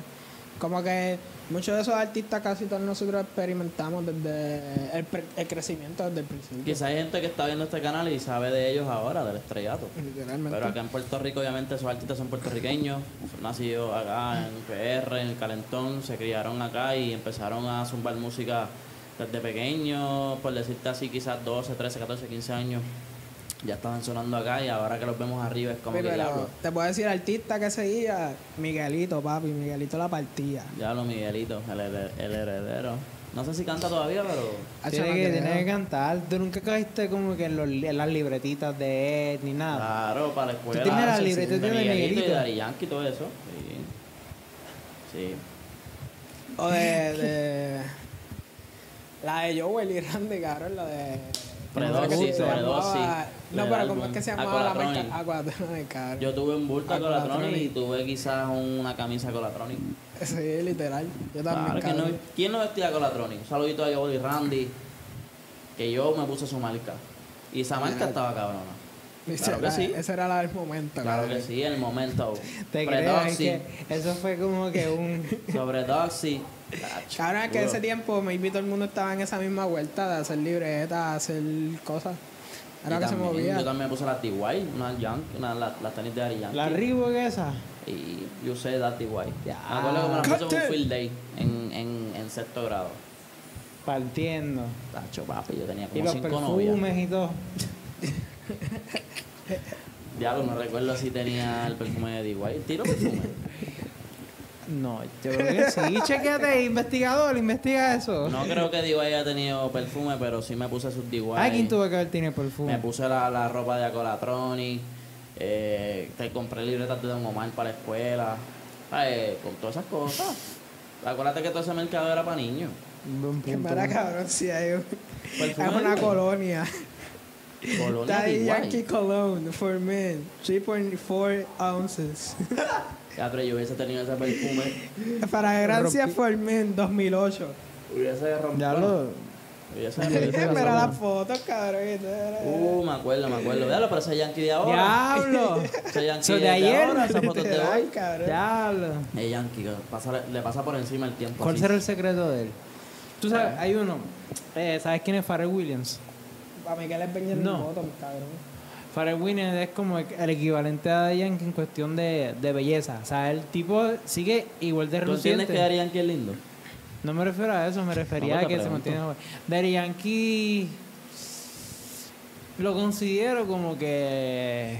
S4: Como que muchos de esos artistas casi todos nosotros experimentamos desde el, pre- el crecimiento desde el principio.
S1: Quizá hay gente que está viendo este canal y sabe de ellos ahora, del estrellato.
S4: Literalmente.
S1: Pero acá en Puerto Rico, obviamente, esos artistas son puertorriqueños, son nacidos acá en PR, en el Calentón, se criaron acá y empezaron a zumbar música desde pequeños, por decirte así, quizás 12, 13, 14, 15 años. Ya estaban sonando acá y ahora que los vemos arriba es como
S4: Sí,
S1: que
S4: pero
S1: diablo.
S4: te puedo decir artista que seguía, Miguelito, papi, Miguelito la partía.
S1: Diablo Miguelito, el, her- el heredero. No sé si canta todavía, pero.
S4: Hacho,
S3: Tiene
S4: Ah, no
S3: que,
S4: creo.
S3: tiene que cantar. Tú nunca caíste como que en, los li- en las libretitas de él ni nada.
S1: Claro, para la escuela.
S3: tienes la
S1: Sí, sí,
S3: libreta,
S1: de
S3: tienes
S1: Miguelito, y
S3: Miguelito.
S1: Daddy Yankee y todo eso. Sí. Sí.
S4: O de, de- La de Joel y Randy, cabrón, la de.
S1: Predosis,
S4: ¿cómo es que se
S1: sobredosis.
S4: llamaba?
S1: Le
S4: No,
S1: da
S4: pero ¿cómo es
S1: algún-
S4: que se llamaba la
S1: Aquatronic.
S4: marca? Aquatronic, cabrón.
S1: Yo tuve un bulto
S4: Ah,
S1: con
S4: Colatronic.
S1: y tuve quizás una camisa Colatronic.
S4: Sí, literal. Yo
S1: Claro,
S4: también,
S1: ¿quién, no,
S4: cabrón.
S1: ¿Quién no vestía Colatronic? Un saludito a Yobol y Randy, que yo me puse su marca. Y esa marca estaba cabrona. Claro que
S4: Literal,
S1: sí.
S4: Esa era la del momento,
S1: Claro
S4: cabrón.
S1: que sí, en el momento.
S3: Te creo, es
S1: Predoxy,
S3: que eso fue como que un...
S1: sobre Doxy.
S4: Cabrón, es que en ese tiempo maybe todo el mundo estaba en esa misma vuelta de hacer libretas, hacer cosas. Era
S1: Yo
S4: lo que se
S1: también-
S4: movía.
S1: Yo también me puse las DY, unas Yankee, unas- las, las tenis de Ari Yankee.
S3: La Reebok esa.
S1: Y yo usé las DY. Me acuerdo que me las puse en un
S4: Cartel.
S1: field day en, en, en sexto grado.
S3: Partiendo.
S1: Tacho, papi, yo tenía
S3: Y
S1: como
S3: los
S1: cinco novias.
S3: perfumes y todo.
S1: Diablo, no recuerdo si tenía el perfume de D.Y. ¿Tiro perfume?
S3: No, yo creo que sí. Chequéate, investigador, investiga eso.
S1: No creo que D.Y. haya tenido perfume, pero sí me puse sus D.Y.
S3: Ay, Ah, ¿quién tuvo que haber tenido
S1: Me
S3: perfume?
S1: puse la, la ropa de Acolatronic. Eh, te compré libretas de Don Omar para la escuela. Eh, con todas esas cosas. Acuérdate que todo ese mercado era para niños.
S3: Buen
S4: Que en
S3: punto.
S4: verdad, cabrón, sí, hay un- es
S1: Perfume
S4: una
S1: de-
S4: colonia.
S1: Pues Colonia
S4: Daddy Yankee
S1: D.Y.
S4: Cologne for men, 3.4 ounces.
S1: Ya, pero yo hubiese tenido ese perfume.
S4: Fragancia
S3: Rompí.
S4: for men 2008.
S1: Hubiese
S3: Ya
S1: rompido.
S3: lo...
S1: Hubiese
S4: Mira
S1: rompido.
S4: las fotos, cabrón. y todo.
S1: Uh, me acuerdo, me acuerdo. Véalo, pero ese Yankee de ahora.
S3: ¡Diablo!
S1: Ese Yankee
S3: Eso de
S1: de
S3: ayer.
S1: ahora, esa foto de hoy.
S4: Ay, cabrón.
S3: ¡Diablo!
S1: El Yankee, que pasa- le pasa por encima el tiempo.
S3: ¿Cuál
S1: así.
S3: será el secreto de él? Tú
S1: Ah.
S3: sabes, hay uno. Eh, ¿Sabes quién es Pharrell Williams?
S4: Para mí que les peñen
S3: No.
S4: las fotos, cabrón.
S3: Pharrell Williams es como el equivalente a Daddy Yankee en cuestión de, de belleza. O sea, el tipo sigue igual de
S1: ¿Tú entiendes
S3: reluciente.
S1: que Daddy Yankee es lindo?
S3: No me refiero a eso, me refería
S1: No,
S3: a
S1: porque
S3: que se mantiene
S1: pregunto.
S3: joven. Daddy Yankee lo considero como que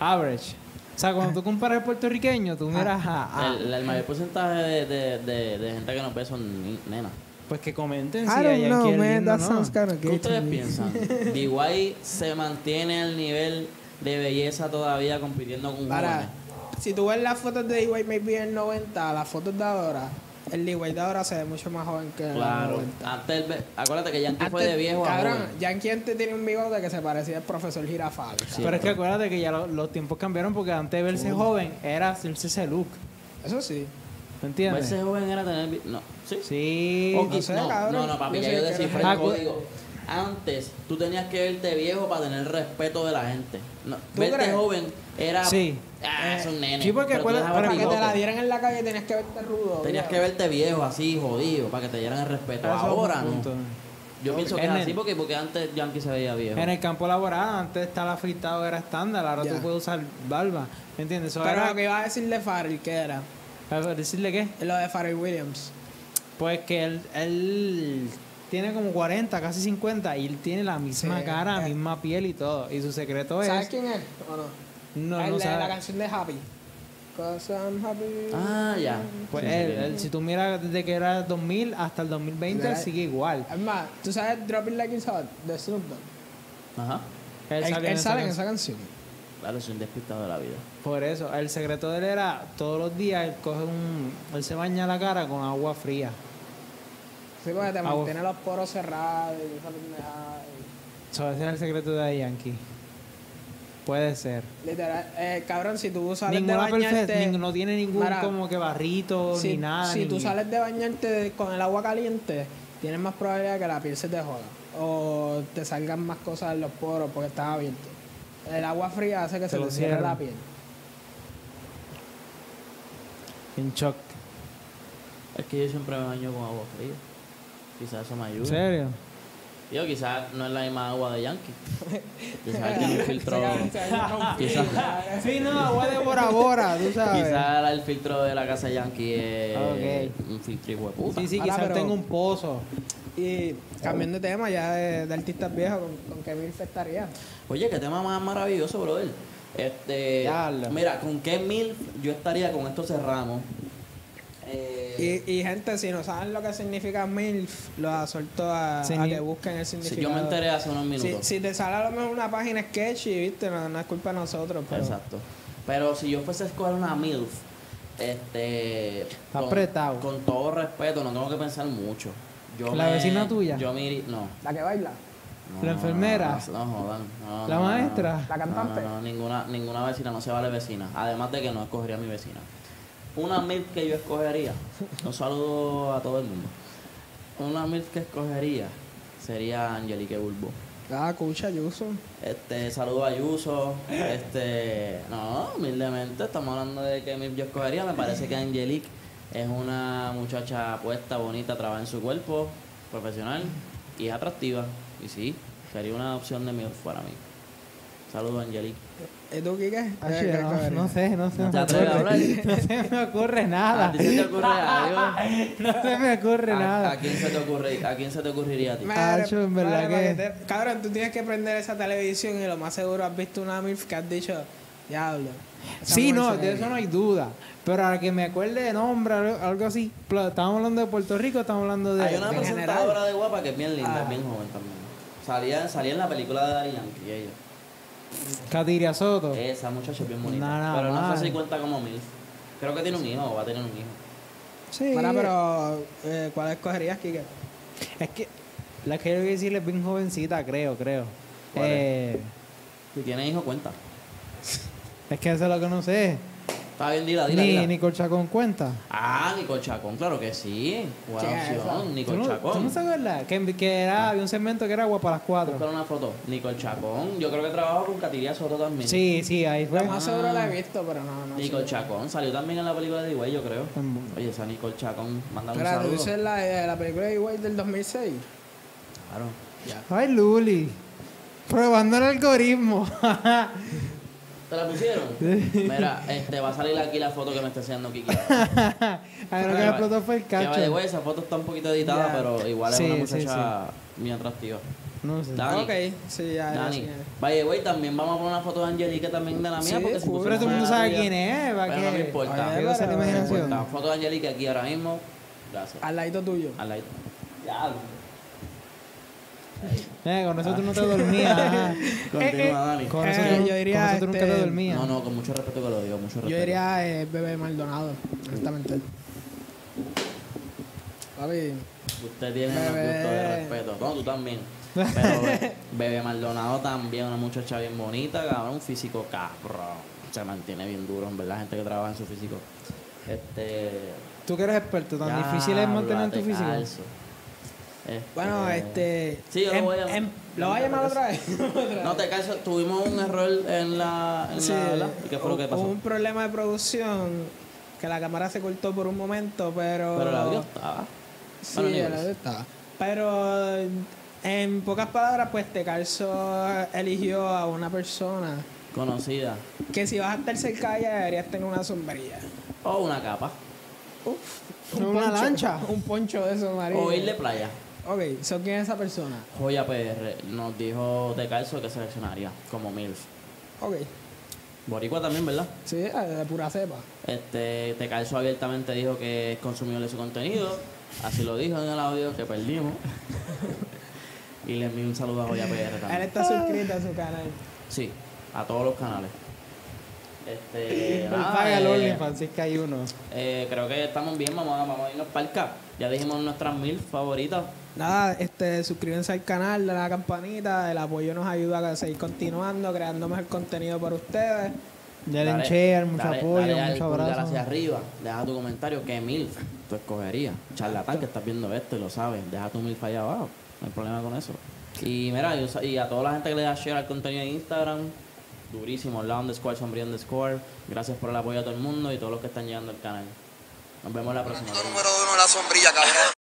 S3: average. O sea, cuando tú comparas al puertorriqueño, tú miras a... a-
S1: Ah, El, el mayor porcentaje de, de, de, de gente que no ve son ni- nenas.
S3: pues que comenten
S4: I
S3: si
S4: don't
S3: Daddy Yankee
S4: know,
S3: es
S4: man.
S3: lindo o
S4: That
S3: no.
S4: sounds kind of
S1: ¿Qué
S4: gay to
S1: ustedes
S4: me.
S1: piensan? D.Y. se mantiene al nivel de belleza todavía compitiendo con
S4: Para,
S1: jóvenes.
S4: si tú ves las fotos de D.Y. maybe en 90, las fotos de ahora, el D.Y. de ahora se ve mucho más joven que el
S1: Claro.
S4: 90.
S1: Antes, el ve- acuérdate que Yankee fue
S4: Antes,
S1: de viejo a
S4: Cabrón,
S1: joven.
S4: Yankee antes tenía un bigote que se parecía al profesor Girafal.
S1: Sí.
S3: Pero es que acuérdate que ya lo- los tiempos cambiaron porque antes de verse joven era hacerse ese look.
S4: Eso sí.
S3: ¿Me entiendes?
S1: Verse joven era tener... vi- No, sí.
S3: Sí.
S1: O
S4: no
S1: quiz-
S4: sé,
S1: no,
S4: cabrón.
S1: no, no, papi,
S4: Yo
S1: ya
S4: sé
S1: yo
S4: que
S1: descifré
S3: eres-
S1: el código. Antes, tú tenías que verte viejo para tener respeto de la gente. No,
S4: ¿Tú
S1: verte
S4: crees?
S1: joven era.
S3: Sí.
S1: Ah, es un nene.
S3: Sí, porque
S1: Pero tú
S3: acuerda-
S1: dejabas
S3: para
S4: Para que te
S1: bigote.
S4: la dieran en la calle tenías que verte rudo.
S1: Tenías que
S4: viejo.
S1: verte viejo, así, jodido, para que te dieran el respeto.
S3: Eso es un
S1: Ahora no.
S3: punto.
S1: Yo pienso que es
S3: En el-
S1: así porque, porque antes Yankee se veía viejo.
S3: En el campo laboral, antes estar afeitado era estándar, ahora
S4: Ya.
S3: tú puedes usar barba. ¿Me entiendes? Eso
S4: Pero
S3: era-
S4: lo que iba a decir de Farrell, ¿qué era?
S3: A ver, ¿Decirle qué?
S4: Lo de Farrell Williams.
S3: Pues que él, él tiene como 40, casi 50, y él tiene la misma
S4: Sí. Eh.
S3: cara, la misma piel y todo. Y su secreto es.
S4: ¿Sabes quién es? ¿O no?
S3: No,
S4: Ah,
S3: no
S4: el de la
S3: sabe.
S4: canción de Happy. Cause I'm happy.
S1: Ah, ya.
S3: Pues
S1: Sí, sí,
S3: él,
S1: bien.
S3: él, si tú miras desde que era 2000 hasta el 2020, él
S4: Ya.
S3: sigue igual.
S4: Es más, ¿tú sabes Drop It Like It's Hot de Snoop Dogg?
S1: Ajá.
S3: Él,
S4: Él,
S3: sale en
S4: él
S3: esa
S4: sale en
S3: canción.
S4: esa canción.
S1: Claro, soy un despistado de la vida.
S3: Por eso, el secreto de él era todos los días él coge un. Él se baña la cara con agua fría.
S4: Sí, porque te
S3: Ah,
S4: mantiene los poros cerrados y esa pendejada y-
S3: So, ese era el secreto de Yankee. Puede ser.
S4: Literal, eh, cabrón, si tú sales
S3: Ninguna
S4: de
S3: perfecta,
S4: bañarte...
S3: no tiene ningún
S4: Mira,
S3: como que barrito
S4: si,
S3: ni nada.
S4: si
S3: ni-
S4: tú sales de bañarte con el agua caliente, tienes más probabilidad de que la piel se te joda. o te salgan más cosas en los poros porque están abiertos. El agua fría hace que se
S3: lo
S4: te cierre
S3: cierra.
S4: la piel.
S3: En shock.
S1: Es que yo siempre me baño con agua fría. Quizás eso me
S3: ¿En
S1: ayude.
S3: serio?
S1: Yo quizás no es la misma agua de Yankee. Quizás aquí hay un filtro.
S4: Se agarra un
S1: Quizás-
S4: filtro.
S3: Sí, no, agua de Bora Bora, tú sabes.
S1: Quizás el filtro de la casa Yankee es un filtro hijo de puta.
S3: Sí, sí,
S4: Ah,
S3: quizás
S4: pero-
S3: tengo un pozo.
S4: Y cambiando de tema ya de, de artistas viejos, ¿con, con qué Milf estaría?
S1: Oye, qué tema más maravilloso, brother. Este,
S3: Diablo.
S1: mira, ¿con qué mil yo estaría con esto cerramos? Eh,
S4: Y, y gente, si no saben lo que significa MILF, los asorto a,
S3: Sí,
S4: a
S3: ni-
S4: que busquen el
S1: si
S4: significado.
S1: yo me enteré hace unos
S4: Si,
S1: minutos.
S4: si te sale a lo mejor una página sketchy, viste, no, no es culpa de nosotros. Pero
S1: Exacto. Pero si yo fuese a escoger una MILF, este.
S3: Está apretado.
S1: Con todo respeto, no tengo que pensar mucho. Yo
S3: ¿La vecina tuya?
S1: Yo miri, no,
S4: La que baila.
S1: no.
S3: ¿La enfermera?
S1: No, no jodan. no,
S3: ¿La
S1: no, no,
S3: maestra?
S1: no.
S4: ¿La cantante?
S1: No, no, no, ninguna, ninguna vecina, no se vale vecina. Además de que no escogería a mi vecina. Una MILF que yo escogería, un saludo a todo el mundo. Una MILF que escogería sería Angelique Bulbo.
S4: Ah, escucha, Yuso.
S1: Este, saludo a Yuso. Este, no, humildemente, estamos hablando de que mi- yo escogería. Me parece que Angelique es una muchacha puesta, bonita, trabaja en su cuerpo, profesional y es atractiva. Y sí, sería una opción de mí para mí. Saludo a Angelique.
S4: ¿Y tú, Kike?
S3: Ay,
S4: ¿Qué- qué
S3: Ah, no,
S4: escogerías?
S3: no sé, no se
S1: ¿No
S3: me
S1: te atreves a hablar?
S3: ocurre. No se me ocurre
S1: ¿A
S3: nada.
S1: ti se te ocurre algo?
S3: No se me ocurre
S1: ¿A, a
S3: nada.
S1: quién se te ocurre, ¿A quién se te ocurriría a ti?
S4: Madre,
S3: Tacho, en verdad
S4: madre, para
S3: que-
S4: te- Cabrón, tú tienes que prender esa televisión y lo más seguro has visto una MILF que has dicho, diablo. esa
S3: Sí,
S4: mujer
S3: no,
S4: se
S3: de
S4: ve
S3: eso
S4: bien".
S3: no hay duda. Pero a que me acuerde de nombre, algo algo así. Pl- Estamos hablando de Puerto Rico, estamos hablando de.
S1: Hay una
S4: en general.
S1: presentadora de guapa que es bien linda,
S3: Ah.
S1: es bien joven también. Salía, salía en la película de Dari Yankee, ella.
S3: Katiria Soto.
S1: Esa muchacha es bien bonita.
S3: Nada
S1: pero no
S3: mal.
S1: sé si cuenta como mil. Creo que tiene un hijo, o va a tener un hijo.
S3: Sí.
S4: Para, pero, eh, ¿cuál escogerías, Kike?
S3: Es que la que yo voy a decirle es bien jovencita, creo, creo.
S1: ¿Cuál es?
S3: Eh,
S1: Si tiene hijo, cuenta.
S3: es que eso es lo que no sé.
S1: Está bien, Ah, dila, dila.
S3: Ni
S1: dila.
S3: Nicole Chacón cuenta.
S1: Ah, Nicole Chacón, claro que sí. Buena
S4: Sí, esa.
S1: opción,
S3: ¿Tú
S1: Nicole
S3: no,
S1: Chacón. Ah.
S3: tú no te acuerdas? Que, que era, había un segmento que era Guapa a las
S1: Buscar
S3: 4.
S1: una foto. Nicole Chacón. Yo creo que trabajo con Catiria Soto también.
S3: Sí, sí, ahí fue.
S4: Lo
S1: Ah.
S4: más seguro la he visto, pero no, no.
S1: Nicole
S4: sé.
S1: Chacón salió también en la película de Iguay, yo creo.
S3: Mm.
S1: Oye, esa Nicole Chacón, mándame un
S4: Espera, tú
S1: saludo.
S4: dices la, de la película de Igual del 2006.
S1: Claro. Ya.
S3: Ah. Ay, Luli. Probando el algoritmo.
S1: ¿Te la pusieron? Mira, este, va a salir aquí la foto que me está enseñando Kiki.
S3: A ver, lo que me explotó fue el
S1: Que by the way,
S3: cacho.
S1: esa foto está un poquito editada,
S4: Ya.
S1: pero igual es
S3: Sí,
S1: una
S3: sí,
S1: muchacha bien atractiva.
S3: No sé.
S1: Dani.
S4: Ok, sí, ya. ya
S1: Dani.
S4: sí, ya.
S1: By the way, también vamos a poner una foto de Angelique también de la mía,
S4: Sí,
S1: porque si
S4: cool.
S3: Pero todo el mundo sabe quién es, ¿va
S1: Pero no me
S3: qué?
S1: importa.
S3: Ay, usa la
S4: Pero-
S1: Pues
S3: imaginación.
S1: está, foto de Angelique aquí ahora mismo. Gracias.
S4: Al ladito tuyo.
S1: Al like. Ya.
S3: Eh, con nosotros
S1: Ah.
S3: no te dormías. ajá.
S1: Continúa, Dani.
S3: Con
S4: Eh,
S3: nosotros,
S4: yo diría,
S3: con nosotros nunca te
S4: este,
S3: dormías.
S1: No, no, con mucho respeto que lo digo, mucho respeto.
S4: Yo diría eh, Bebé Maldonado, honestamente. Papi,
S1: Usted tiene un gusto
S4: Bebé.
S1: de respeto. No, tú también. Pero Be- Bebé Maldonado también, una muchacha bien bonita, cabrón, un físico cabrón. Se mantiene bien duro, en verdad, gente que trabaja en su físico. Este.
S3: Tú que eres experto, tan difícil es mantener tu físico.
S1: físico.
S4: bueno, este.
S1: Sí, Eh. yo lo
S4: em-
S1: voy a-
S4: em- ¿Lo vas a llamar otra vez?
S1: No te calzo, tuvimos un error en la. En
S4: Sí,
S1: la ¿verdad? ¿Y qué fue lo que
S4: hubo
S1: pasó?
S4: un problema de producción que la cámara se cortó por un momento, pero.
S1: Pero el audio estaba.
S4: Sí,
S1: Bueno,
S4: el
S1: anyways.
S4: audio estaba. Pero en pocas palabras, pues Te Calzo eligió a una persona
S1: Conocida.
S4: que si vas a estar cerca de ella deberías tener una sombrilla.
S1: O una capa.
S4: Uf,
S3: Una lancha.
S4: Un poncho de eso, María.
S1: O irle playa.
S4: Ok, ¿so quién es esa persona?
S1: Joya PR nos dijo de calzo que seleccionaría como MILF.
S4: Ok,
S1: Boricua también, ¿verdad?
S4: sí, eh, de pura cepa.
S1: Este, te calzo abiertamente dijo que es consumible su contenido. Así lo dijo en el audio que perdimos. y le envío un saludo a Joya PR
S4: Él
S1: también.
S4: está suscrito a su canal.
S1: Sí, a todos los canales. Este,
S3: Él
S1: nada,
S3: paga el
S1: eh,
S3: OnlyFans, si es que hay uno.
S1: eh, creo que estamos bien, vamos a, vamos a irnos para el cap. Ya dijimos nuestras mil favoritas.
S4: Nada, este, suscríbanse al canal, dale a la campanita, el apoyo nos ayuda a seguir continuando, creando mejor contenido para ustedes.
S3: Dale en
S1: Dale-
S3: share, mucho
S1: dale-
S3: apoyo,
S1: dale al
S3: mucho
S1: pulgar
S3: abrazo.
S1: hacia arriba, deja tu comentario, qué mil tú escogerías. Charlatán que estás viendo esto y lo sabes, deja tu mil allá abajo, no hay problema con eso. Y mira, y, usa- y a toda la gente que le da share al contenido de Instagram, durísimo, la underscore, sombría underscore. Gracias por el apoyo a todo el mundo y todos los que están llegando al canal. Nos vemos la próxima.
S5: Punto número uno, la sombrilla, cabrón.